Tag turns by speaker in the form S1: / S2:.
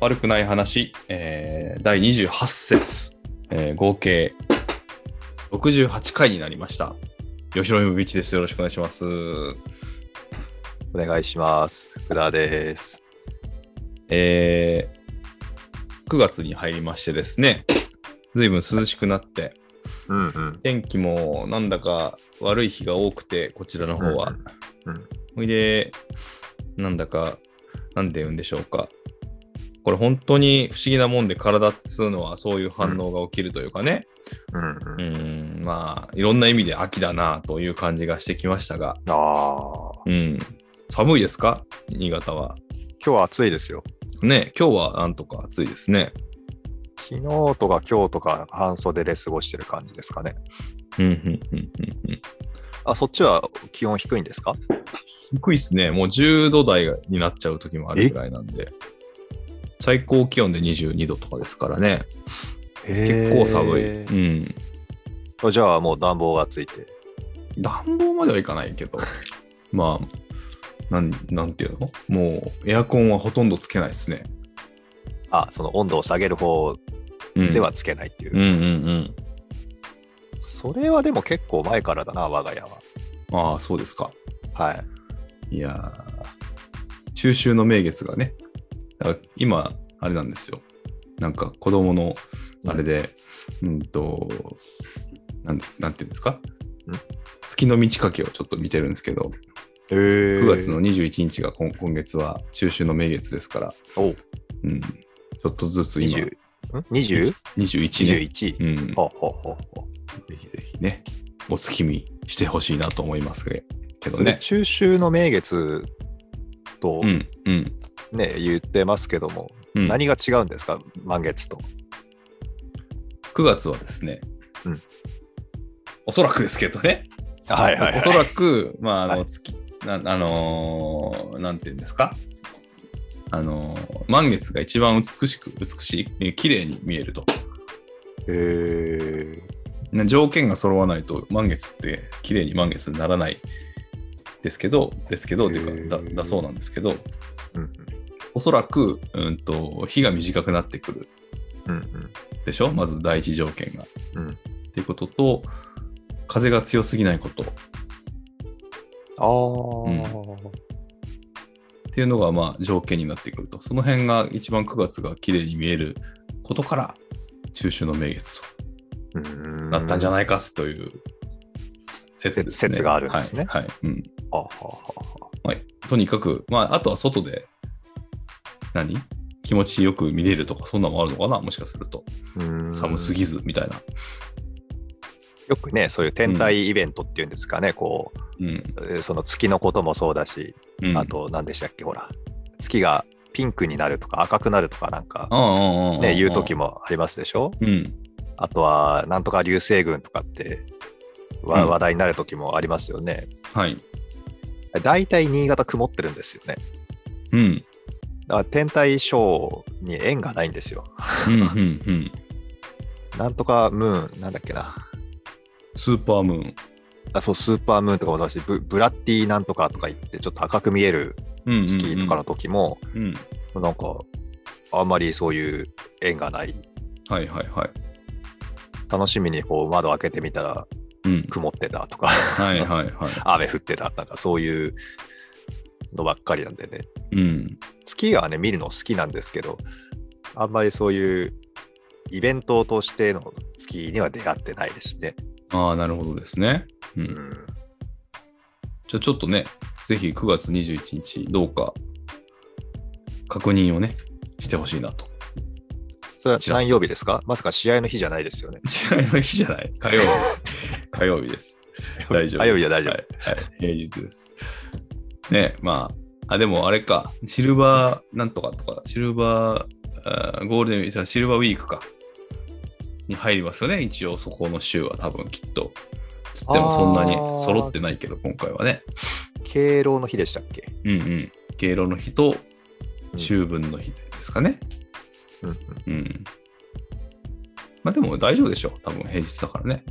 S1: 悪くない話、えー、第28節、えー、合計68回になりました。吉野由美です。よろしくお願いします。
S2: お願いします。福田です。
S1: えー、9月に入りましてですね、ずいぶん涼しくなって、
S2: うんうん。
S1: 天気もなんだか悪い日が多くて、こちらの方は。
S2: うんうん
S1: ほいで、なんだか、なんて言うんでしょうか。これ本当に不思議なもんで体っつうのはそういう反応が起きるというかね、
S2: うんう。
S1: うんん、まあいろんな意味で秋だなという感じがしてきましたが、
S2: ああ。
S1: うん、寒いですか新潟は。
S2: 今日は暑いですよ。
S1: ね、今日はなんとか暑いですね。
S2: 昨日とか今日とか半袖で過ごしてる感じですかね。
S1: うんうんうんうんうん
S2: あ、そっちは気温低いんですか
S1: 低いっすね。もう10度台になっちゃう時もあるぐらいなんで。最高気温で22度とかですからね。結構寒い。うん。
S2: い。じゃあもう暖房がついて。
S1: 暖房まではいかないけど、まあ、なんなんていうのもうエアコンはほとんどつけないですね。
S2: あ、その温度を下げる方
S1: うん
S2: ではつけないっていう。
S1: うんうんうん。
S2: それはでも結構前からだな、我が家は。
S1: ああ、そうですか。
S2: はい。
S1: いやー、中秋の名月がね、だから今、あれなんですよ。なんか子供のあれで、うんと、なんですなんていうんですか
S2: うん
S1: 月の満ち欠けをちょっと見てるんですけど、
S2: えー
S1: 9月の21日が今今月は中秋の名月ですから、
S2: おう
S1: うん、ちょっとずつ今、
S2: 20ん 20?21
S1: 21年、うん、
S2: ほうほうほうほ
S1: ぜひぜひね、お月見してほしいなと思いますけど
S2: う。
S1: ね。
S2: 中秋の名月と
S1: うん、うん、
S2: ね、言ってますけども、
S1: うん。
S2: 何が違うんですか、満月と。
S1: 9月はですね、
S2: うん
S1: おそらくですけどね、
S2: はい
S1: おそらく、まあ、あ
S2: は
S1: の、月、なあのーなんていうんですか、あのー満月が一番美しく、美しいえー、綺麗に見えると。
S2: え
S1: ね条件が揃わないと満月って綺麗に満月にならないですけど、ですけど、というか、だ
S2: へー
S1: だそうなんですけど、
S2: うん
S1: おそらく、うんと、日が短くなってくる
S2: うんうん
S1: でしょまず第一条件が。
S2: うんうん。
S1: っていうことと、風が強すぎないこと。
S2: あー
S1: っていうのがまあ条件になってくると。その辺が一番9月が綺麗に見えることから、中秋の名月
S2: う
S1: と
S2: ん
S1: なったんじゃ
S2: ない
S1: ないかという説です、ね
S2: 説があるんですね
S1: はい。はいうん
S2: あは
S1: まあ、とにかく、まあ、あとは外で何、気持ちよく見れるとか、そんなのもあるのかなもしかすると。寒すぎ
S2: ず。
S1: ずみたいな。
S2: よくね、そういう天体イベントっていうんですかね、こ
S1: うん。
S2: うえー、その月のこともそうだし、
S1: うん、
S2: あ。と、何でしたっけ、ほら、月がピンクになるとか赤くなるとかなんか、
S1: ああ、ああ、
S2: ね、言う時
S1: も。
S2: もありますでしょ。
S1: うん。
S2: あとは、なんとか流星群とかって、わ
S1: うん
S2: 話題になる時もありますよね。
S1: はい。
S2: 大体新潟曇ってるんですよね。
S1: うん。
S2: だから天体ショーに縁がないんですよ。
S1: うん。うん。うん。
S2: なんとかムーン、なんだっけな。
S1: スーパームーン。
S2: あそう、スーパームーンとかもそうだし、ブブラッディなんとかとか言って、ちょっと赤く見える
S1: うんうんうん
S2: スキーとかの。時も、
S1: うん。
S2: なんか、あんまりそういう縁がない。
S1: はいはいはい。
S2: 楽しみにこう窓開けてみたら
S1: うん。
S2: 曇ってたとか、
S1: はいはいはい。
S2: 雨降ってた、なんかそういうのばっかりなんでね。
S1: うん。
S2: 月がね、見るの好きなんですけど、あんまりそういうイベントを通しての月には出会ってないですね。
S1: ああ、なるほどですね。う。
S2: うんん
S1: じゃあちょっとね、ぜひ9月21日、どうか確認をね、してほしいな と。
S2: それは何曜日ですかまさか試合の日じゃないですよね。
S1: 違いの日じゃない。火曜日。火曜日です。 大丈夫。
S2: 火曜日は大丈夫
S1: はい。はい平日です。ねまあ、あ、でもあれか、シルバーなんとかとか、シルバー、あーゴールデンウィークじゃあ、シルバーウィークか。に入りますよね、一応そこの週は多分きっと。つってもそんなに
S2: あー
S1: 揃ってないけど、今回はね。
S2: 敬老の日でしたっけ、
S1: うんうん。敬老の日と
S2: うん
S1: 秋分の日ですかね。
S2: うんうん
S1: うん。まあでも大丈夫でしょう。多分平日だからね。